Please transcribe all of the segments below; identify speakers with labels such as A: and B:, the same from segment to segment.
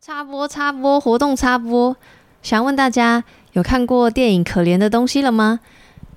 A: 插播插播活动插播，想问大家有看过电影《可怜的东西》了吗？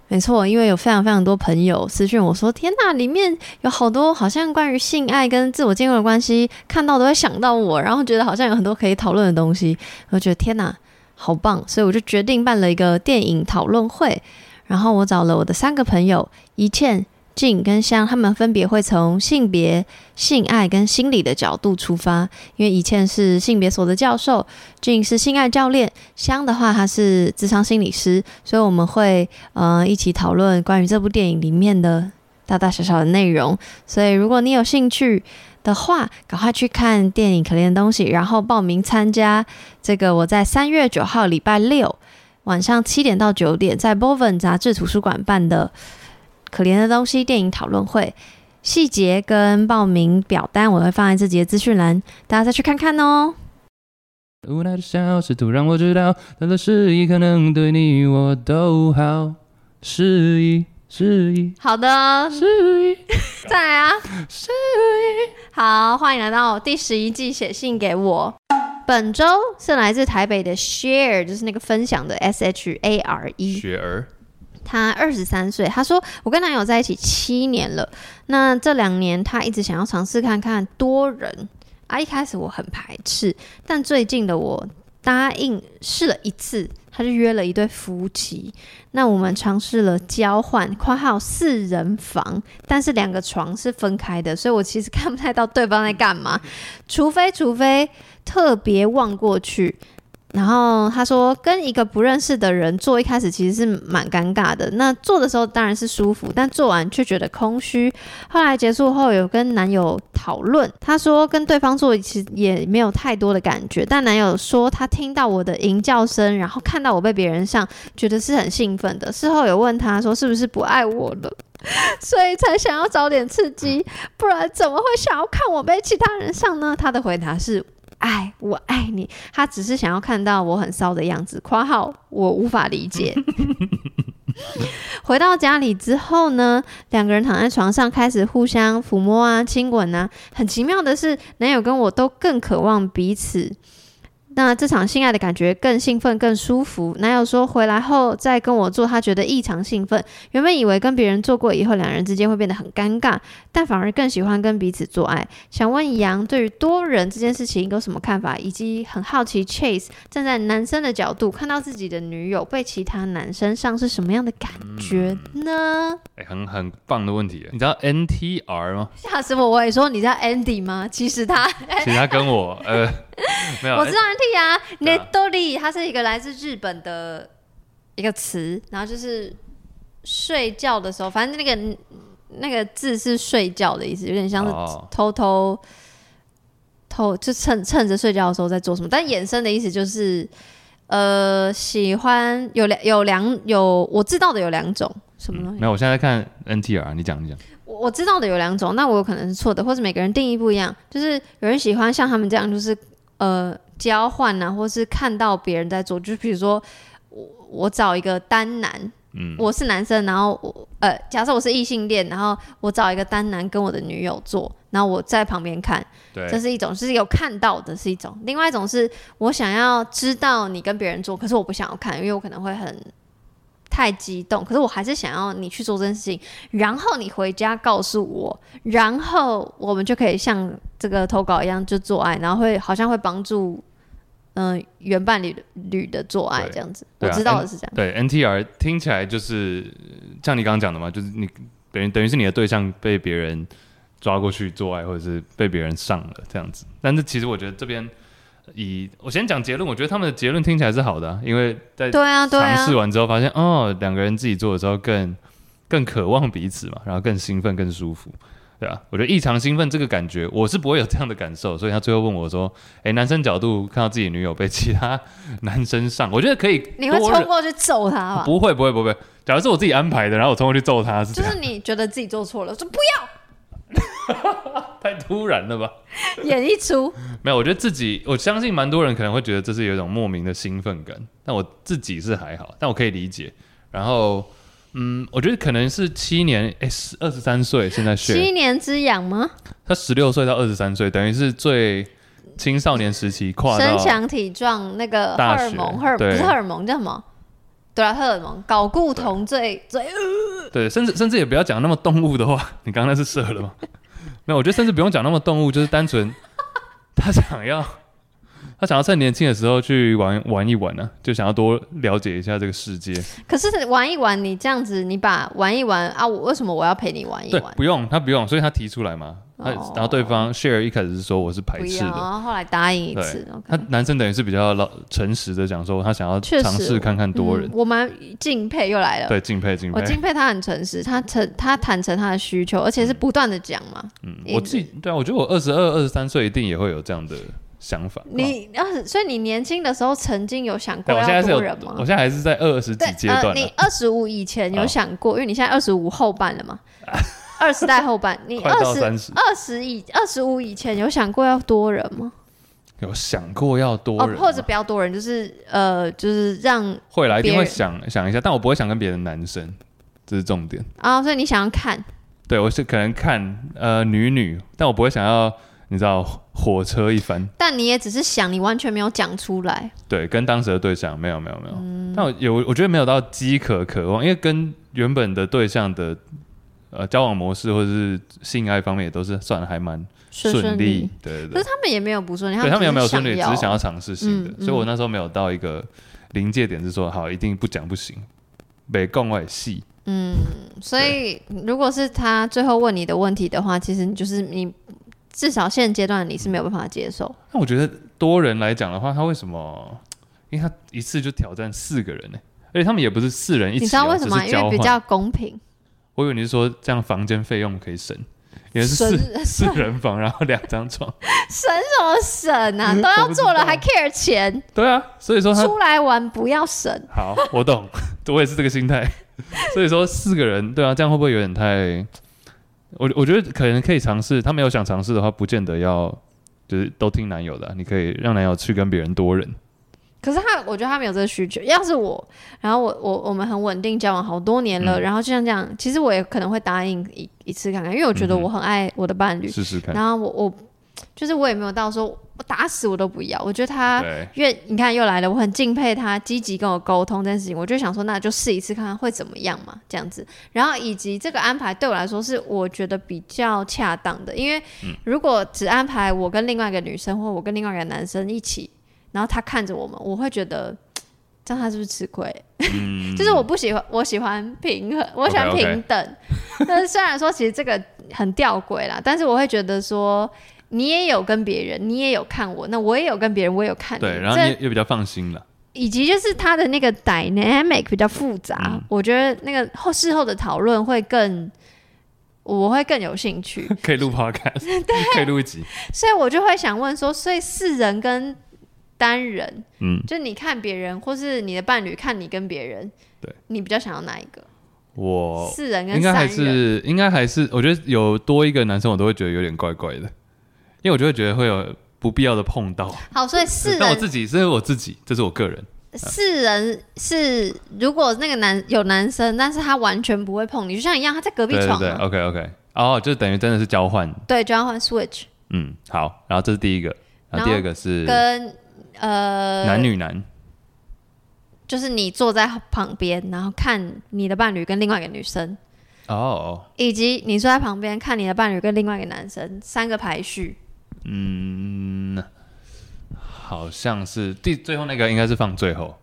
A: 没错，因为有非常非常多朋友私讯我说：“天呐，里面有好多好像关于性爱跟自我建构的关系，看到都会想到我，然后觉得好像有很多可以讨论的东西。”我就觉得天呐，好棒！所以我就决定办了一个电影讨论会，然后我找了我的三个朋友一倩、静跟香，他们分别会从性别、性爱跟心理的角度出发，因为一倩是性别所的教授，静是性爱教练，香的话她是智商心理师，所以我们会呃一起讨论关于这部电影里面的大大小小的内容。所以如果你有兴趣的话，赶快去看电影《可怜的东西》，然后报名参加这个我在三月九号礼拜六晚上七点到九点在 Boven 杂志图书馆办的《可怜的东西》电影讨论会。细节跟报名表单我会放在自己的资讯栏，大家再去看看哦。
B: 无奈的笑，试图让我知道，他的示意可能对你我都好。示意，示意，
A: 好的，
B: 示意，
A: 再来啊！
B: 示
A: 好，欢迎来到第十一季，写信给我。本周是来自台北的 Share，就是那个分享的 S H A R
B: 意。
A: E。
B: 雪儿，
A: 她二十三岁，她说我跟男友在一起七年了，那这两年她一直想要尝试看看多人啊。一开始我很排斥，但最近的我答应试了一次，她就约了一对夫妻。那我们尝试了交换（括号四人房），但是两个床是分开的，所以我其实看不太到对方在干嘛，除非除非特别望过去。然后他说，跟一个不认识的人做，一开始其实是蛮尴尬的。那做的时候当然是舒服，但做完却觉得空虚。后来结束后有跟男友讨论，他说跟对方做其实也没有太多的感觉，但男友说他听到我的吟叫声，然后看到我被别人上，觉得是很兴奋的。事后有问他说是不是不爱我了，所以才想要找点刺激，不然怎么会想要看我被其他人上呢？他的回答是。爱，我爱你。他只是想要看到我很骚的样子。（括号我无法理解。）回到家里之后呢，两个人躺在床上开始互相抚摸啊、亲吻啊。很奇妙的是，男友跟我都更渴望彼此。那这场性爱的感觉更兴奋、更舒服。男友说回来后再跟我做，他觉得异常兴奋。原本以为跟别人做过以后，两人之间会变得很尴尬，但反而更喜欢跟彼此做爱。想问杨对于多人这件事情有什么看法，以及很好奇 Chase 站在男生的角度看到自己的女友被其他男生上是什么样的感觉呢？
B: 哎、很很棒的问题耶。你知道 NTR 吗？
A: 吓死我！我也说你叫 Andy 吗？其实 他，
B: 其实他跟我， 呃，没有，
A: 我知道 Andy 啊 n
B: 对
A: e
B: 啊
A: t o r i 它是一个来自日本的一个词，然后就是睡觉的时候，反正那个那个字是睡觉的意思，有点像是
B: 哦
A: 偷偷偷就趁趁着睡觉的时候在做什么，但衍生的意思就是，呃，喜欢有两有两有我知道的有两种什么东西，
B: 没有。我现在在看 NTR，你讲，你讲。
A: 我我知道的有两种，那我有可能是错的，或是每个人定义不一样。就是有人喜欢像他们这样，就是呃交换啊，或是看到别人在做，就比如说我我找一个单男，
B: 嗯，
A: 我是男生，然后我呃假设我是异性恋，然后我找一个单男跟我的女友做，然后我在旁边看，
B: 对
A: 这，是一种，就是有看到的是一种；另外一种是我想要知道你跟别人做，可是我不想要看，因为我可能会很太激动，可是我还是想要你去做这件事情，然后你回家告诉我，然后我们就可以像这个投稿一样就做爱，然后会好像会帮助嗯、呃原伴侣侣的做爱
B: 对
A: 这样子。
B: 对啊
A: 我知道的是这样，
B: 对 NTR 听起来就是呃像你刚刚讲的嘛，就是你等于等于是你的对象被别人抓过去做爱，或者是被别人上了这样子。但是其实我觉得这边以我先讲结论，我觉得他们的结论听起来是好的啊、因为在
A: 对啊，对
B: 尝
A: 啊
B: 试，完之后发现，哦，两个人自己做的时候更更渴望彼此嘛，然后更兴奋、更舒服，对啊，我觉得异常兴奋这个感觉，我是不会有这样的感受，所以他最后问我说，诶，男生角度看到自己女友被其他男生上，我觉得可以多人，
A: 你会冲过去揍他吧？
B: 不会不会不会，假如是我自己安排的，然后我冲过去揍他，是这
A: 就
B: 样、
A: 是你觉得自己做错了，说不
B: 太突然了吧？
A: 要演一出，
B: 没有，我觉得自己，我相信蛮多人可能会觉得这是有一种莫名的兴奋感，但我自己是还好，但我可以理解。然后，嗯，我觉得可能是七年，哎，十二十三岁，现在 share
A: 七年之痒吗？
B: 他十六岁到二十三岁，等于是最青少年时期跨
A: 身
B: 到
A: 强体壮，那个荷
B: 大
A: 尔
B: 学
A: 蒙，荷尔不
B: 对
A: 是荷尔蒙叫什么？对啊，荷尔蒙，睾固酮最最
B: 对，甚至甚至也不要讲那么动物的话， 你刚刚那是射了吗？没有，我觉得甚至不用讲那么动物，就是单纯他想要他想要趁年轻的时候去玩玩一玩呢、啊就想要多了解一下这个世界。
A: 可是玩一玩，你这样子，你把玩一玩啊，我为什么我要陪你玩一
B: 对
A: 玩，？
B: 不用他不用，所以他提出来嘛，他、
A: 哦
B: 然后对方 share 一开始是说我是排
A: 不
B: 斥
A: 要，
B: 的，
A: 然后后来答应一
B: 对
A: 次。OK
B: 他男生等于是比较老诚实的讲说他想要
A: 确实
B: 尝试看看多人
A: 嗯，我蛮敬佩又来了。
B: 对敬佩敬
A: 我
B: 佩。
A: 敬佩他很诚实，他诚他坦诚他的需求，而且是不断的讲嘛。
B: 嗯，我自己对啊，我觉得我二十二、二十三岁一定也会有这样的想法。
A: 你二十，所以你年轻的时候曾经有想过
B: 但我现
A: 要
B: 在是有
A: 多人，吗
B: 啊我现？在还是在二十几阶
A: 对，呃，
B: 段、啊
A: 你二十五以前有想过，因为你现在二十五后半了 嘛，二十代后半，你
B: 快
A: 二
B: 到
A: 十
B: 三十，
A: 二十以二十五以前有想过要多人吗？
B: 有想过要多
A: 哦
B: 人，吗、啊
A: 或者不要多人，就是呃，就是让
B: 会来一定
A: 别
B: 会
A: 人
B: 想想一下，但我不会想跟别的男生，这是重点。
A: 啊、所以你想要看
B: 对我是可能看呃女女，但我不会想要你知道火车一番，
A: 但你也只是想，你完全没有讲出来。
B: 对，跟当时的对象没有没有没有，
A: 嗯
B: 但我有我觉得没有到饥渴渴望，因为跟原本的对象的呃交往模式或者是性爱方面也都是算还蛮
A: 顺
B: 顺
A: 顺利，
B: 对对
A: 可是。
B: 对
A: 他们也没有不顺利，
B: 对他们也没有
A: 只是
B: 顺利，只
A: 要
B: 是想要尝试新的，
A: 嗯嗯
B: 所以我那时候没有到一个临界点，是说好一定不讲不行，北共外戏，
A: 所以如果是他最后问你的问题的话，其实你就是你至少现阶段你是没有办法接受。
B: 那我觉得多人来讲的话，他为什么？因为他一次就挑战四个人呢、而且他们也不是四人一起哦、
A: 你知道为什么吗？啊
B: 只
A: 因
B: 是交
A: 为
B: 换
A: 比较公平，
B: 我以为你是说这样房间费用可以省，也是
A: 省
B: 四四人房，然后两张床。
A: 怎么省
B: 嗯
A: 啊？都要做了还 care 钱，
B: 对啊，所以说他
A: 出来玩不要省。
B: 好，我懂，我也是这个心态。所以说四个人，对啊，这样会不会有点太？我我觉得可能可以尝试，他没有想尝试的话，不见得要就是都听男友的啊、你可以让男友去跟别人多人。
A: 可是他，我觉得他没有这个需求。要是我，然后我我我们很稳定交往好多年了，
B: 嗯
A: 然后就像这样，其实我也可能会答应一一次看看，因为我觉得
B: 嗯哼
A: 我很爱我的伴侣。
B: 试试看。
A: 嗯然后我我就是我也没有到说我打死我都不要，我觉得他
B: 对，
A: 因为你看又来了，我很敬佩他积极跟我沟通这件事情，我就想说那就试一次看看会怎么样嘛，这样子。然后以及这个安排对我来说是我觉得比较恰当的，因为
B: 嗯
A: 如果只安排我跟另外一个女生或我跟另外一个男生一起，然后他看着我们，我会觉得。这样他是不是吃亏？
B: 嗯哦
A: 就是我不喜欢，我喜欢平衡，我喜欢
B: OK，OK
A: 平等。 但是虽然说其实这个很吊诡啦，但是我会觉得说，你也有跟别人，你也有看我，那我也有跟别人，我也有看你。
B: 对，然后
A: 这
B: 你也也比较放心了。
A: 以及就是他的那个 dynamic 比较复杂，
B: 嗯
A: 我觉得那个后事后的讨论会更，我会更有兴 趣，
B: 可以录 podcast，可以录一集。
A: 所以我就会想问说，所以四人跟单人，
B: 嗯，
A: 就你看别人，或是你的伴侣看你跟别人，
B: 对，
A: 你比较想要哪一个？
B: 我
A: 四人跟
B: 应该还
A: 三人，
B: 是应该还是，我觉得有多一个男生，我都会觉得有点怪怪的，因为我就会觉得会有不必要的碰到。
A: 好，所以四
B: 但我
A: 人
B: 自己，这是我自己，这是我个人。
A: 四人是如果那个男有男生，但是他完全不会碰你，就像一样他在隔壁
B: 对对
A: 床、
B: 对
A: 啊，
B: ，OK OK，哦，就等于真的是交换。
A: 对，就要换 switch
B: 嗯，好，然后这是第一个，然
A: 然
B: 后
A: 后
B: 第二个是
A: 跟呃
B: 男女男，
A: 就是你坐在旁边，然后看你的伴侣跟另外一个女生，
B: 哦哦，
A: 以及你坐在旁边看你的伴侣跟另外一个男生，三个排序。
B: 好像是第最后那个应该是放最后。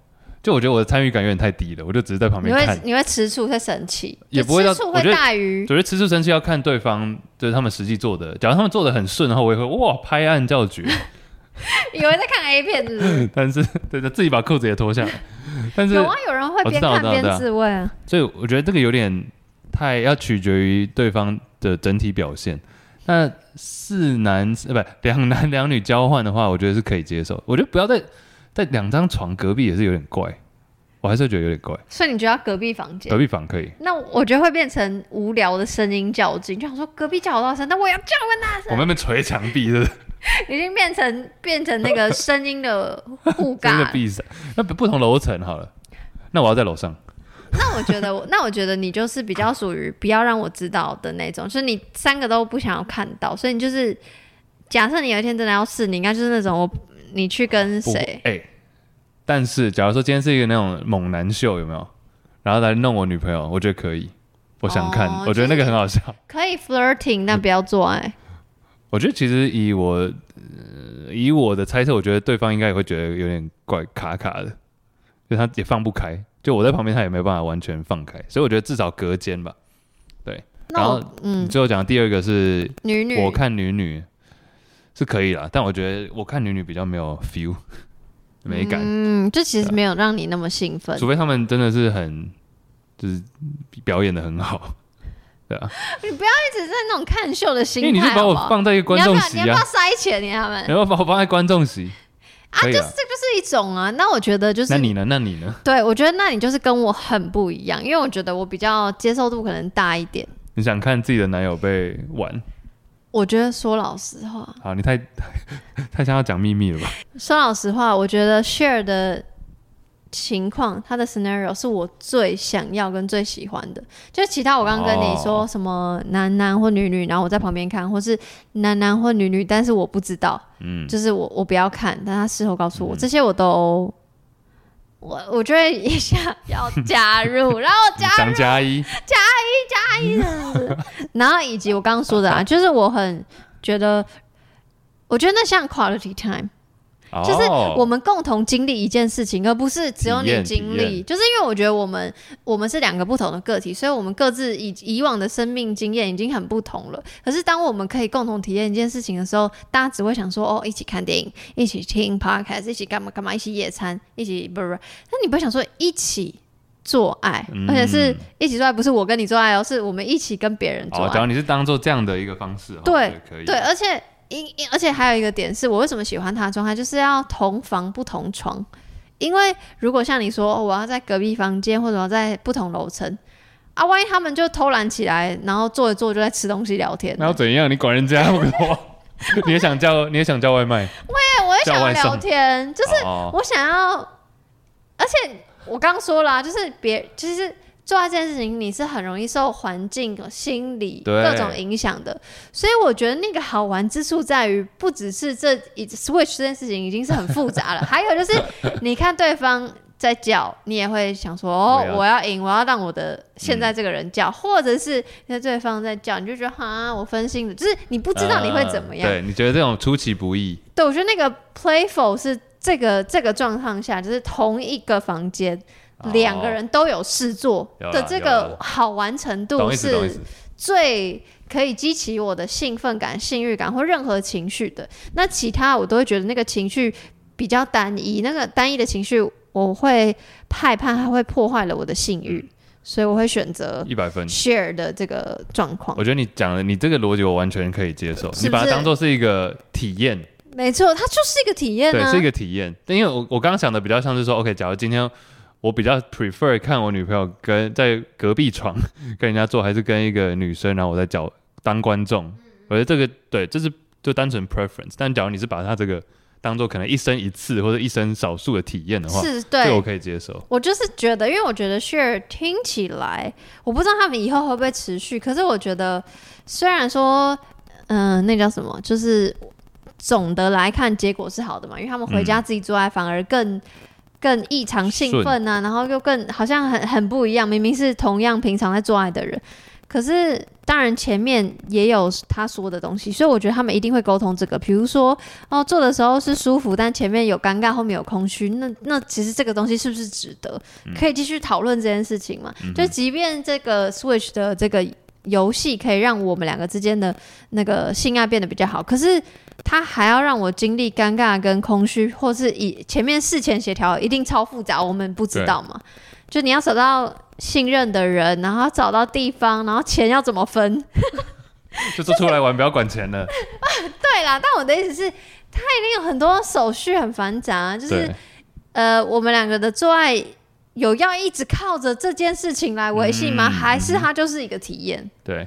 B: 就我觉得我的参与感有点太低了，我就只是在旁
A: 你
B: 边看
A: 会。你会吃醋，会生气，
B: 也不会到
A: 吃醋
B: 我
A: 会
B: 觉得
A: 大于
B: 我觉得吃醋生气要看对方，就是他们实际做的。假如他们做的很顺的话，我也会哇拍案叫绝。
A: 以为在看 A 片是不 是
B: 但是对的，自己把裤子也脱下来。但是
A: 有，啊，有人会边看
B: 哦我知道我知道
A: 边自慰啊。
B: 所以我觉得这个有点太要取决于对方的整体表现。那四男呃不两男两女交换的话，我觉得是可以接受。我觉得不要在在两张床隔壁也是有点怪，我还是觉得有点怪。
A: 所以你觉得隔壁房间
B: 隔？壁房可以，
A: 那我觉得会变成无聊的声音较劲，就想说隔壁叫我大声，那我也要叫个大
B: 我
A: 声，
B: 们被捶墙壁是不是？
A: 已经变成变成那个声音的 互
B: 这个
A: 尬。
B: 壁上，那不同楼层好了。那我要在楼上，
A: 那我觉得我，那我觉得你就是比较属于不要让我知道的那种，就是你三个都不想要看到，所以你就是假设你有一天真的要试，你应该就是那种我你去跟
B: 不
A: 谁？
B: 哎、但是假如说今天是一个那种猛男秀，有没有？然后来弄我女朋友，我觉得可以，我想看，
A: 哦
B: 我觉得那个很好笑。
A: 可以 flirting，但不要做爱。
B: 我觉得其实以我、呃以我的猜测，我觉得对方应该也会觉得有点怪卡卡的，就他也放不开，就我在旁边，他也没有办法完全放开，所以我觉得至少隔间吧。
A: 那
B: 然
A: 我
B: 你
A: 嗯，
B: 最后讲的第二个是
A: 女女，
B: 我看女女是可以啦，但我觉得我看女女比较没有 feel 美感，
A: 嗯，就其实没有让你那么兴奋
B: 除。非他们真的是很就是表演的很好，对啊，
A: 一直在那种看秀的 心
B: 因
A: 态，
B: 为你是把
A: 好
B: 我
A: 不好
B: 放在一个观众席
A: 你要不要你要
B: 啊
A: 不要，塞钱给他们？
B: 然后把我放在观众席，
A: 啊，
B: 可
A: 就
B: 以
A: 是这就
B: 啊
A: 是一种啊。那我觉得就是
B: 那你呢？那你呢？
A: 对，我觉得那你就是跟我很不一样，因为我觉得我比较接受度可能大一点。
B: 你想看自己的男友被玩？
A: 我觉得说老实话，
B: 好，你太 太太想要讲秘密了吧？
A: 说老实话，我觉得 share 的情况，他的 scenario 是我最想要跟最喜欢的。就是其他我刚刚跟你说
B: 哦
A: 什么男男或女女，然后我在旁边看，或是男男或女女，但是我不知道，
B: 嗯，
A: 就是我我不要看，但他事后告诉我，这些我都。我我就会一下要加入，然后 加
B: 张嘉一，
A: 然后以及我刚刚说的啊，就是我很觉得，我觉得那像 quality time，、就是
B: 哦
A: 我们共同经历一件事情，而不是只有
B: 体
A: 你
B: 验
A: 经
B: 体
A: 历。
B: 验
A: 就是因为我觉得我们我们是两个不同的个体，所以我们各自以以往的生命经验已经很不同了。可是当我们可以共同体验一件事情的时候，大家只会想说哦，一起看电影，一起听 podcast，一起干嘛干嘛，一起野餐，一起不是不是，那你不会想说一起。做爱，而且是一起做爱，不是我跟你做爱哦，是我们一起跟别人做
B: 哦，
A: 爱
B: 假。如你是当做这样的一个方式，哦
A: 对，
B: 我觉得可以，
A: 对，，而且因因而且还有一个点是我为什么喜欢他的状态，就是要同房不同床。因为如果像你说、哦我要在隔壁房间，或者我要在不同楼层啊，万一他们就偷懒起来，然后坐一坐就在吃东西聊天，
B: 那又怎样？你管人 家我，你也想叫，你也想叫外卖？
A: 对，我也想
B: 叫
A: 要
B: 外送
A: 聊天，就是
B: 哦，
A: 我想要，而且我刚说啦、就是别其实做这件事情，你是很容易受环境、心理
B: 对
A: 各种影响的。所以我觉得那个好玩之处在于，不只是这一 switch 这件事情已经是很复杂了，还有就是你看对方。在叫，你也会想说哦
B: 我，要
A: 我要赢，我要让我的现在这个人叫，或者是那对方在叫，你就觉得哈，我分心了，就是你不
B: 不
A: 知道你会怎么样。
B: 呃对，你觉得这种出其不意，
A: 对，我觉得那个 playful 是这个这个状况下，就是同一个房间，
B: 哦
A: 两个人都有事做
B: 有啦
A: 的这
B: 有啦有
A: 个
B: 啦
A: 好玩程度
B: 懂意思，懂意思
A: 是。最可以激起我的兴奋感、性欲感或任何情绪的。那其他我都会觉得那个情绪比较单一，那个单一的情绪我会害怕它会破坏了我的性欲，
B: 嗯
A: 所以我会选择
B: 一百分。
A: share 的这个状况
B: 我。觉得你讲的，你这个逻辑我完全可以接受。
A: 是
B: 你把
A: 不
B: 它
A: 是
B: 当做是一个体验，
A: 没错，它就是一个体验
B: 对，
A: 啊
B: 是一。个体验。但因为我我刚刚想的比较像是说，OK，假如今天我比较 prefer 看我女朋友跟在隔壁床跟人家做，还是跟一个女生，然后我在角当观
A: 嗯
B: 众，我觉得这个对，这是就单纯 preference。但假如你是把它这个当做可能一生一次或者一生少数的体验的话，
A: 是
B: 这个
A: 对
B: 我，可以接受。
A: 我就是觉得，因为我觉得 share 听起来，我不知道他们以后会不会持续。可是我觉得，虽然说，嗯、那叫什么，就是总的来看结果是好的嘛，因为他们回家自己做爱反而更、更异常兴奋啊，然后又更好像很很不一样。明明是同样平常在做爱的人，可是当然前面也有他说的东西，所以我觉得他们一定会沟通这个。比如说，哦，做的时候是舒服，但前面有尴尬，后面有空虚，那那其实这个东西是不是值得？可以继续讨论这件事情嘛？就即便这个 Switch 的这个游戏可以让我们两个之间的那个性爱变得比较好，可是它还要让我经历尴尬跟空虚，或是以前面事前协调一定超复杂，我们不知道嘛？就你要找到信任的人，然后找到地方，然后钱要怎么分？
B: 就说出来玩，不要管钱了。
A: 对啦，但我的意思是，它一定有很多手续很繁杂啊， 就是
B: 对，
A: 呃，我们两个的做爱有要一直靠着这件事情来维系吗？
B: 嗯
A: 还是它就是一个体验？
B: 对，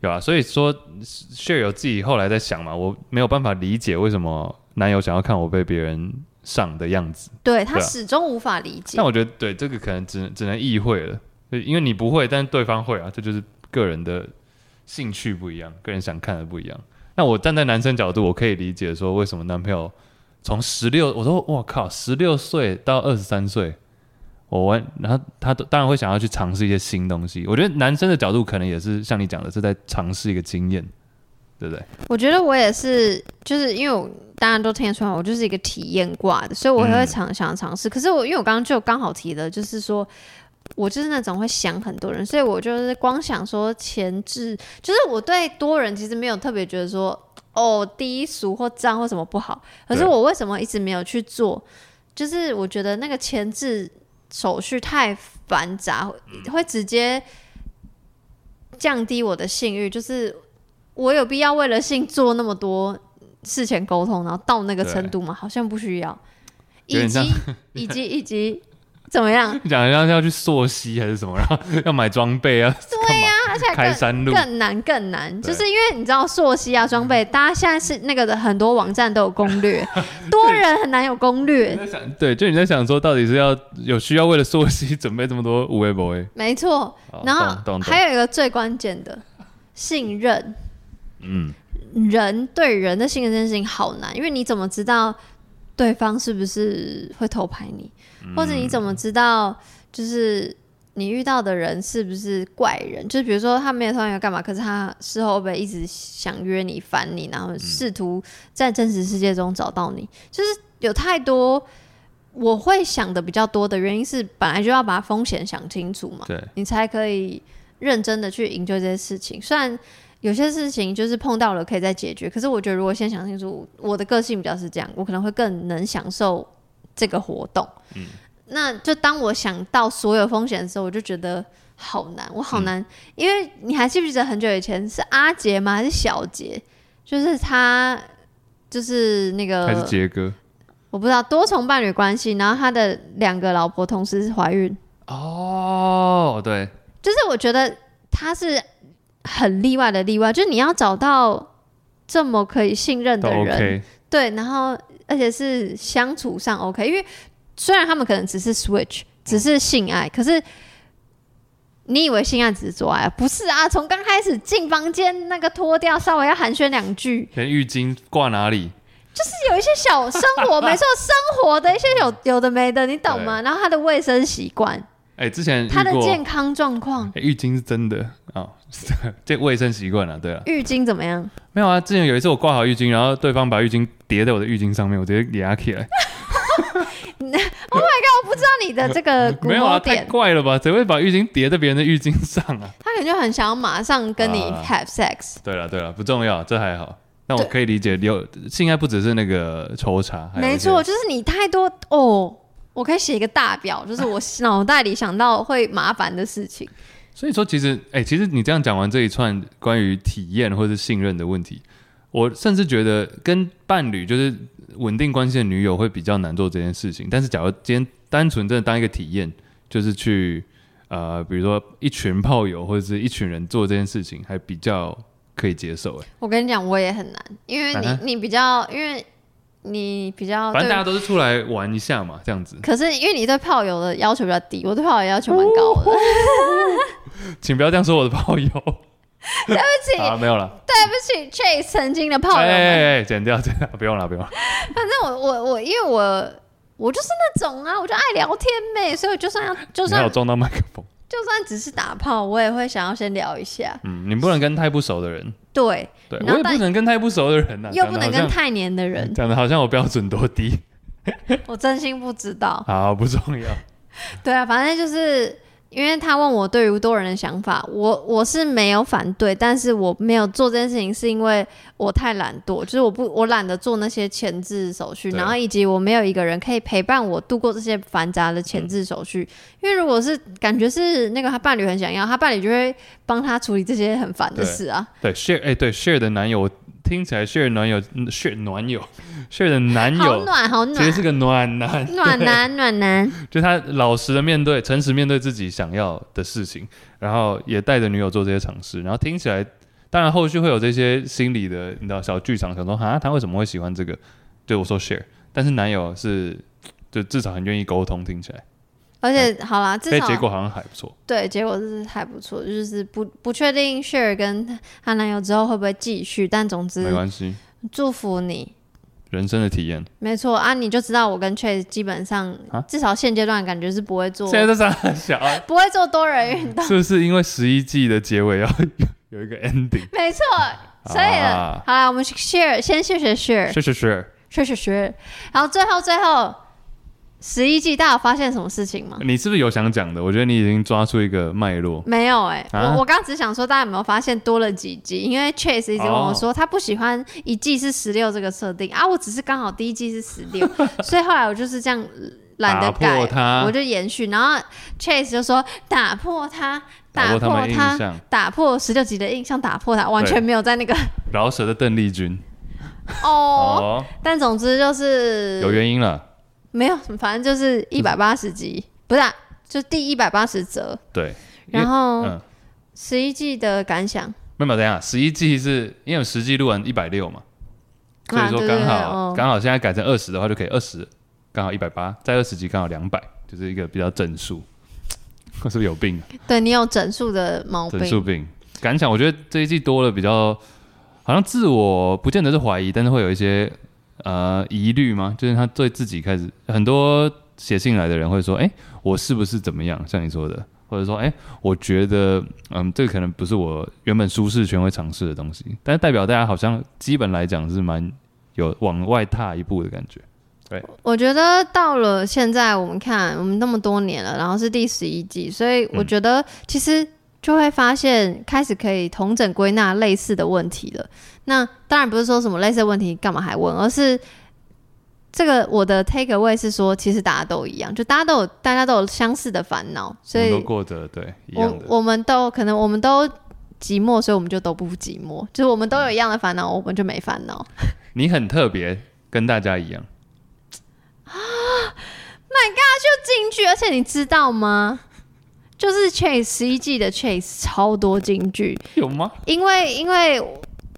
B: 有啊，所以说 share 有自己后来在想嘛，我没有办法理解为什么男友想要看我被别人上的样子，
A: 对，他
B: 对啊
A: 始终无法理解
B: 但。我觉得对这个可能只能只能意会了，对因为你不会，但是对方会啊，这就是个人的兴趣不一样，个人想看的不一样。那我站在男生角度，我可以理解说为什么男朋友从十六，我说我靠，十六岁到二十三岁，我玩，然后他都当然会想要去尝试一些新东西。我觉得男生的角度可能也是像你讲的，是在尝试一个经验，对不对？
A: 我觉得我也是，就是因为我大家都听得出来，我就是一个体验挂的，所以我会
B: 嗯
A: 尝想尝试。可是我因为我刚刚就刚好提的，就是说。我就是那种会想很多人，所以我就是光想说前置，就是我对多人其实没有特别觉得说哦低俗或脏或什么不好，可是
B: 对
A: 我为什么一直没有去做？就是我觉得那个前置手续太繁杂，会直接降低我的性欲，就是我有必要为了性做那么多事前沟通，然后到那个程度吗？好像不需要，
B: 有
A: 以
B: 点
A: 及
B: 像
A: 以及以及怎么样？
B: 你讲要要去溯溪还是什么，然后要买装备啊，对呀、
A: 而且
B: 开
A: 更
B: 山路，啊
A: 更难更难，
B: 对嗯
A: 就是因为你知道溯溪啊装备，大家现在是那个的很多网站都有攻 略，多人很难有攻
B: 你
A: 略，
B: 在想，对，就你在想说，到底是要有需要为了溯溪准备这么多五位博欸位，
A: 没错。
B: 好
A: 然
B: 哦懂
A: 后
B: 懂懂
A: 还有一个最关键的信任，
B: 嗯，
A: 人对人的信任这件事情好难，因为你怎么知道对方是不是会偷拍你，或者你怎么知道就是你遇到的人是不是怪人？就是比如说他没有偷拍你干嘛，可是他事后会不会一直想约你、烦你，然后试图在真实世界中找到你？就是有太多。我会想的比较多的原因是，本来就要把风险想清楚嘛。
B: 对，
A: 你才可以认真的去营救这些事情。虽然有些事情就是碰到了可以再解决，可是我觉得如果先想清楚，我的个性比较是这样，我可能会更能享受这个活动。
B: 嗯
A: 那就当我想到所有风险的时候，我就觉得好难，我好
B: 嗯
A: 难，因为你还记不记得很久以前是阿杰吗？还是小杰？就是他，就是那个
B: 还是杰哥
A: 我不知道多重伴侣关系，然后他的两个老婆同时怀孕，
B: 哦，对，
A: 就是我觉得他是很例外的例外，就是你要找到这么可以信任
B: 都
A: 的人，
B: 哦 OK，
A: 对，然后而且是相处上 OK，因为虽然他们可能只是 switch，只是性爱，可是你以为性爱只是做爱啊？不是啊，从刚开始进房间那个脱掉，稍微要寒暄两句，
B: 连浴巾挂哪里，
A: 就是有一些小生活，没错，生活的一些有有的没的，你懂吗？然后他的卫生习惯，
B: 哎、之前遇
A: 他的
B: 过，
A: 健康状况，
B: 哎浴巾是真的哦， 这卫生习惯了，对啊，
A: 浴巾怎么样？
B: 没有啊，之前有一次我挂好浴巾，然后对方把浴巾叠在我的浴巾上面，我直接压 起来，
A: 那你的这个古
B: 没有
A: 某
B: 啊，太
A: 点，
B: 怪了吧？谁会把浴巾叠在别人的浴巾上啊？
A: 他可能就很想要马上跟你
B: 啊
A: have sex，、
B: 对了对了，不重要，这还好。那我
A: 对
B: 可以理解，有性爱不只是那个抽查，还有
A: 没
B: 一些
A: 错，就是你太多哦。我可以写一个大表，就是 我脑袋里想到会麻烦的事情。
B: 所以说，其实，哎、其实你这样讲完这一串关于体验或是信任的问题，我甚至觉得跟伴侣就是稳定关系的女友会比较难做这件事情。但是，假如今天单纯真的当一个体验，就是去呃，比如说一群炮友或者是一群人做这件事情，还比较可以接受、哎，
A: 我跟你讲，我也很难，因为你、
B: 啊哈
A: 你比较，因为你比较
B: 反正大
A: 哦对
B: 家，都是出来玩一下嘛，这样子，
A: 可是因为你对炮友的要求比较低，我对炮友要求蛮高
B: 哦
A: 的。
B: 请不要这样说我的炮友。
A: 对不起，
B: 啊，没有了，
A: 对不起，Chase 曾经的炮友
B: 哎
A: 们。
B: 哎、哎哎剪掉，剪掉， 不用了，不用了。
A: 反正我我我，因为我我就是那种啊，我就爱聊天呗，所以我就算要就
B: 你还
A: 算
B: 有撞到麦克风，
A: 就算只是打炮，我也会想要先聊一下。
B: 嗯，你不能跟太不熟的人。
A: 对，
B: 对，
A: 然后
B: 我也
A: 但
B: 不能跟太不熟的人呐、啊，
A: 又不能跟
B: 讲得好
A: 太黏的人
B: 像，讲的好像我标准多低， 嗯
A: 我真心不知道。
B: 好不重要。
A: 对啊，反正就是因为他问我对于多人的想法，我我是没有反对，但是我没有做这件事情，是因为我太懒惰，就是我不我懒得做那些前置手续，
B: 对
A: 然后以及我没有一个人可以陪伴我度过这些繁杂的前置手续。因为如果是感觉是那个他伴侣很想要，他伴侣就会帮他处理这些很烦的
B: 对
A: 事啊，
B: 对，share 哎、对 share 的男友，我听起来 share 男友嗯，share 暖友，share 的男
A: 好
B: 友
A: 暖好
B: 其实
A: 暖
B: 是个暖男，
A: 暖男暖男。
B: 就他老实的面对，诚实面对自己想要的事情，然后也带着女友做这些尝试，然后听起来，当然后续会有这些心理的，你知道小剧场，想说啊，他为什么会喜欢这个？对我说 share，但是男友是就至少很愿意沟通，听起来
A: 而且好啦，至
B: 但
A: 少
B: 哎结果好像还不错。
A: 对结果是还不错，就是不不确定 Share 跟她男友之后会不会继续，但总
B: 没
A: 之
B: 关系，
A: 祝福你。
B: 人生的体验。
A: 没错啊，你就知道我跟 Chase 基本上、
B: 啊
A: 至少现阶段感觉是不会做
B: 现在这三很小 啊，
A: 不会做多人运动，
B: 是不是因为十一季的结尾要有一个 ending？
A: 没错。 所以
B: 啊
A: 好啦，我们 share 先谢谢 share
B: 是是是，
A: share share share，然后最后最后十一季大家有发现什么事情吗？
B: 你是不是有想讲的？我觉得你已经抓住一个脉络。
A: 没有哎、
B: 啊
A: 我我刚只想说，大家有没有发现多了几集？因为 Chase 一直跟我
B: 哦
A: 说、他不喜欢一季是十六这个设定啊，我只是刚好第一季是十 六，所以后来我就是这样懒得
B: 打
A: 改，
B: 破它
A: 我就延续。然后 Chase 就说打破它，
B: 打
A: 打
B: 破他
A: 破
B: 们印
A: 它，
B: 象，
A: 打破十六集的印象，打破它，完全没有在 那个
B: 饶舌的邓丽君
A: 哦。
B: 哦，
A: 但总之就是
B: 有原因了。
A: 没有，反正就是一百八十集，不是、啊，就第一百八十折。
B: 对，因为
A: 然后
B: 嗯，
A: 十一季的感想。
B: 没有没有，等一下十一季是因为我十季录完一百六嘛，所以
A: 啊
B: 说
A: 对对
B: 刚
A: 对
B: 好
A: 哦
B: 刚好现在改成二十的话就可以二十，刚好一百八，在二十集刚好两百，就是一个比较整数。 我是不是有病啊？
A: 对你有整数的毛
B: 整数
A: 病，
B: 病感想，我觉得这一季多了比较，好像自我不见得是怀疑，但是会有一些呃疑虑吗？就是他对自己开始很多写信来的人会说，哎、我是不是怎么样？像你说的，或者说，哎、我觉得，嗯，这个可能不是我原本舒适圈会尝试的东西，但是代表大家好像基本来讲是蛮有往外踏一步的感觉。
A: 我觉得到了现在，我们看我们那么多年了，然后是第十一季，所以我觉得其实就会发现开始可以同整归纳类似的问题了。那当然不是说什么类似的问题干嘛还问，而是这个我的 take away 是说，其实大家都一样，就大家都有大家都有相似的烦恼，所
B: 我
A: 以
B: 们都过得对一样
A: 我
B: 的，
A: 我们都可能我们都寂寞，所以我们就都不寂寞，就是我们都有一样的烦恼，我们就没烦恼。
B: 你很特别，跟大家一样。
A: 进去，而且你知道吗？就是 Chase 十一季的 Chase 超多金句，
B: 有吗？
A: 因为因为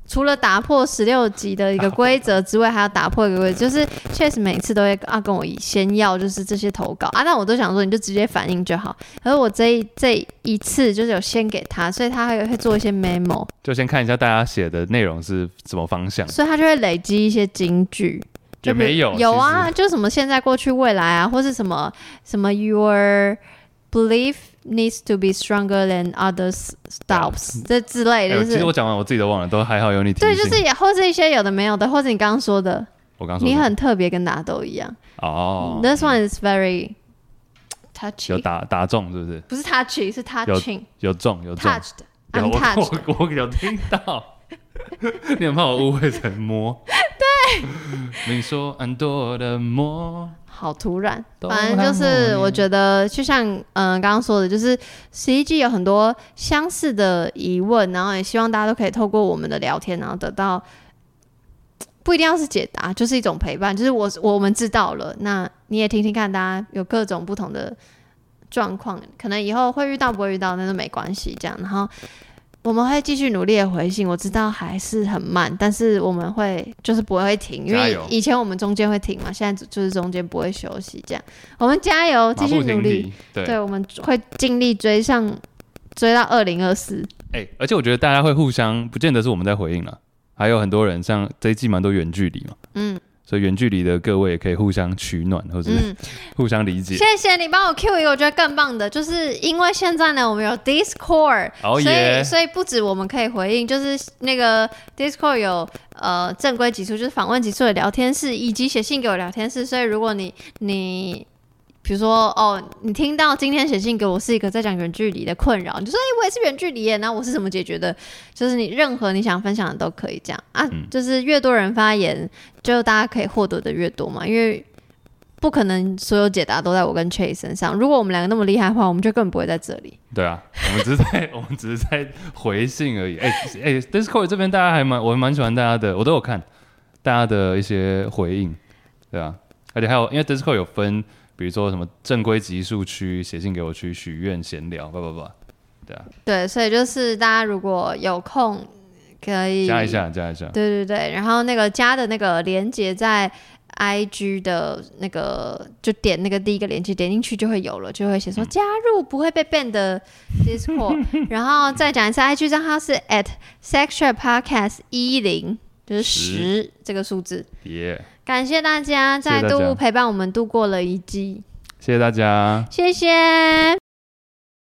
A: 除了打破十六集的一个规则之外，还要打破一个规则，就是 Chase 每次都会啊跟我先要就是这些投稿啊，那我都想说你就直接反应就好，而我这一这一次就是有先给他，所以他会会做一些 memo，
B: 就先看一下大家写的内容是什么方向。
A: 所以他就会累积一些金句。就
B: 也
A: 比如
B: 没有
A: 有啊，
B: 其
A: 就什么现在、过去、未来啊，或是什么什么 your belief needs to be stronger than others stops 这之类
B: 哎
A: 的，
B: 呦
A: 就
B: 其实
A: 是
B: 我讲完我自己都忘了，都还好有你提醒。
A: 对，就是也或是一些有的没有的，或者你刚刚说的，
B: 我刚说
A: 你
B: 什么
A: 很特别，跟大家都一样。嗯
B: 哦，
A: This one is very
B: 有
A: touchy，
B: 打打中是不是？
A: 不是 touchy，是 touching
B: 有中有中
A: touched
B: 有我
A: untouched。
B: 我我有听到， 你很怕我误会成 摸？对，你说很多的摸，
A: 好突然，
B: 都
A: 反正就是我觉得，就像嗯刚刚说的，就是十一季有很多相似的疑问，然后也希望大家都可以透过我们的聊天，然后得到不一定要是解答，就是一种陪伴。就是我我们知道了，那你也听听看，大家有各种不同的状况，可能以后会遇到不会遇到，那都没关系。这样，然后我们会继续努力的回信。我知道还是很慢，但是我们会就是不会停，因
B: 加
A: 为
B: 油
A: 以前我们中间会停嘛，现在就是中间不会休息。这样，我们加油，继
B: 马
A: 续
B: 不
A: 努
B: 停
A: 力。
B: 蹄。对，
A: 对，我们会尽力追上，追到二零二四。
B: 哎、而且我觉得大家会互相，不见得是我们在回应了，还有很多人像这一季蛮多远距离嘛，
A: 嗯
B: 所以远距离的各位也可以互相取暖，或者是
A: 嗯，
B: 互相理解。
A: 谢谢你帮我 Q 一个我觉得更棒的，就是因为现在呢，我们有 Discord，、
B: 熬
A: 所以
B: 夜
A: 所以不止我们可以回应，就是那个 Discord 有呃正规集数，就是访问集数的聊天室，以及写信给我聊天室。所以如果你你比如说哦，你听到今天写信给我是一个在讲远距离的困扰，你就说哎、我也是远距离耶，那我是怎么解决的？就是你任何你想分享的都可以这样啊，就是越多人发言，就大家可以获得的越多嘛，因为。不可能所有解答都在我跟 Chase 身上。如果我们两个那么厉害的话，我们就根本不会在这里。
B: 对啊，我们只是在 我们只是在回信而已。哎、哎、d i s c o r d 这边大家还蛮我蛮喜欢大家的，我都有看大家的一些回应，对啊，而且还有因为 Discord 有分，比如说什么正规集数区、写信给我区、许愿、闲聊，叭叭叭，对啊，
A: 对，所以就是大家如果有空可以
B: 加一。下加一下，
A: 对对对，然后那个加的那个连接在 IG 的那个，就点那个第一个链接，点进去就会有了，就会写说加入不会被 ban 的 Discord，然后再讲一次 IG 账号是 at sexual podcast 一零，就是十这个数字。
B: 耶、
A: 感谢大家
B: 谢谢
A: 再
B: 大家
A: 度陪伴我们度过了一季，
B: 谢谢大家。
A: 谢谢。